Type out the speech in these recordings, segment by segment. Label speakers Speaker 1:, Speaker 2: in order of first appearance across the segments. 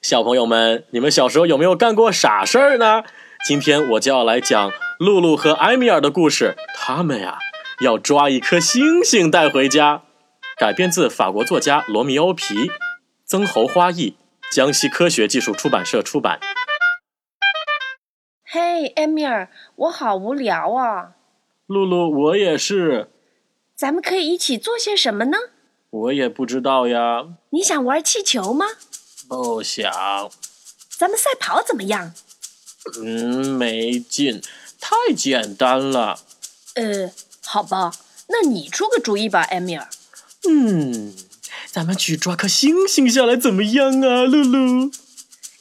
Speaker 1: 小朋友们，你们小时候有没有干过傻事儿呢？今天我就要来讲露露和埃米尔的故事。他们呀，要抓一颗星星带回家。改编自法国作家罗密欧·皮，曾侯花译，江西科学技术出版社出版。
Speaker 2: 嘿，埃米尔，我好无聊啊！
Speaker 1: 露露，我也是，
Speaker 2: 咱们可以一起做些什么呢？
Speaker 1: 我也不知道呀，
Speaker 2: 你想玩气球吗？
Speaker 1: 不想，
Speaker 2: 咱们赛跑怎么样？
Speaker 1: 嗯，没劲，太简单了。
Speaker 2: 呃，好吧，那你出个主意吧，埃米尔。
Speaker 1: 嗯，咱们去抓颗星星下来怎么样啊，露露？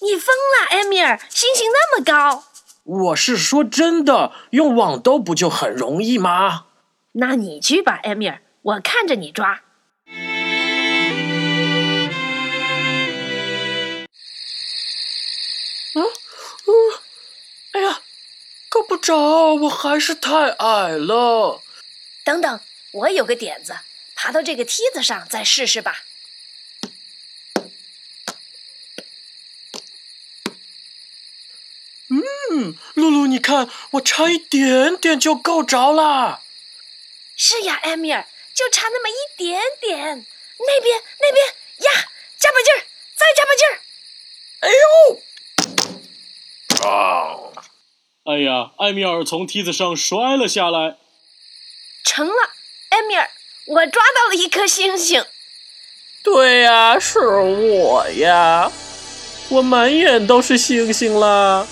Speaker 2: 你疯了，埃米尔！星星那么高，
Speaker 1: 我是说真的，用网兜不就很容易吗？
Speaker 2: 那你去吧，埃米尔，我看着你抓。
Speaker 1: 哎呀，够不着，我还是太矮了。
Speaker 2: 等等，我有个点子，爬到这个梯子上再试试吧。
Speaker 1: 嗯，露露，你看，我差一点点就够着啦。
Speaker 2: 是呀，埃米尔，就差那么一点点。那边，那边呀，加把劲儿，再加把劲
Speaker 1: 哎
Speaker 2: 儿！
Speaker 1: 呦！啊！哎呀，艾米尔从梯子上摔了下来。
Speaker 2: 成了，埃米尔，我抓到了一颗星星。
Speaker 1: 对呀、是我呀，我满眼都是星星啦。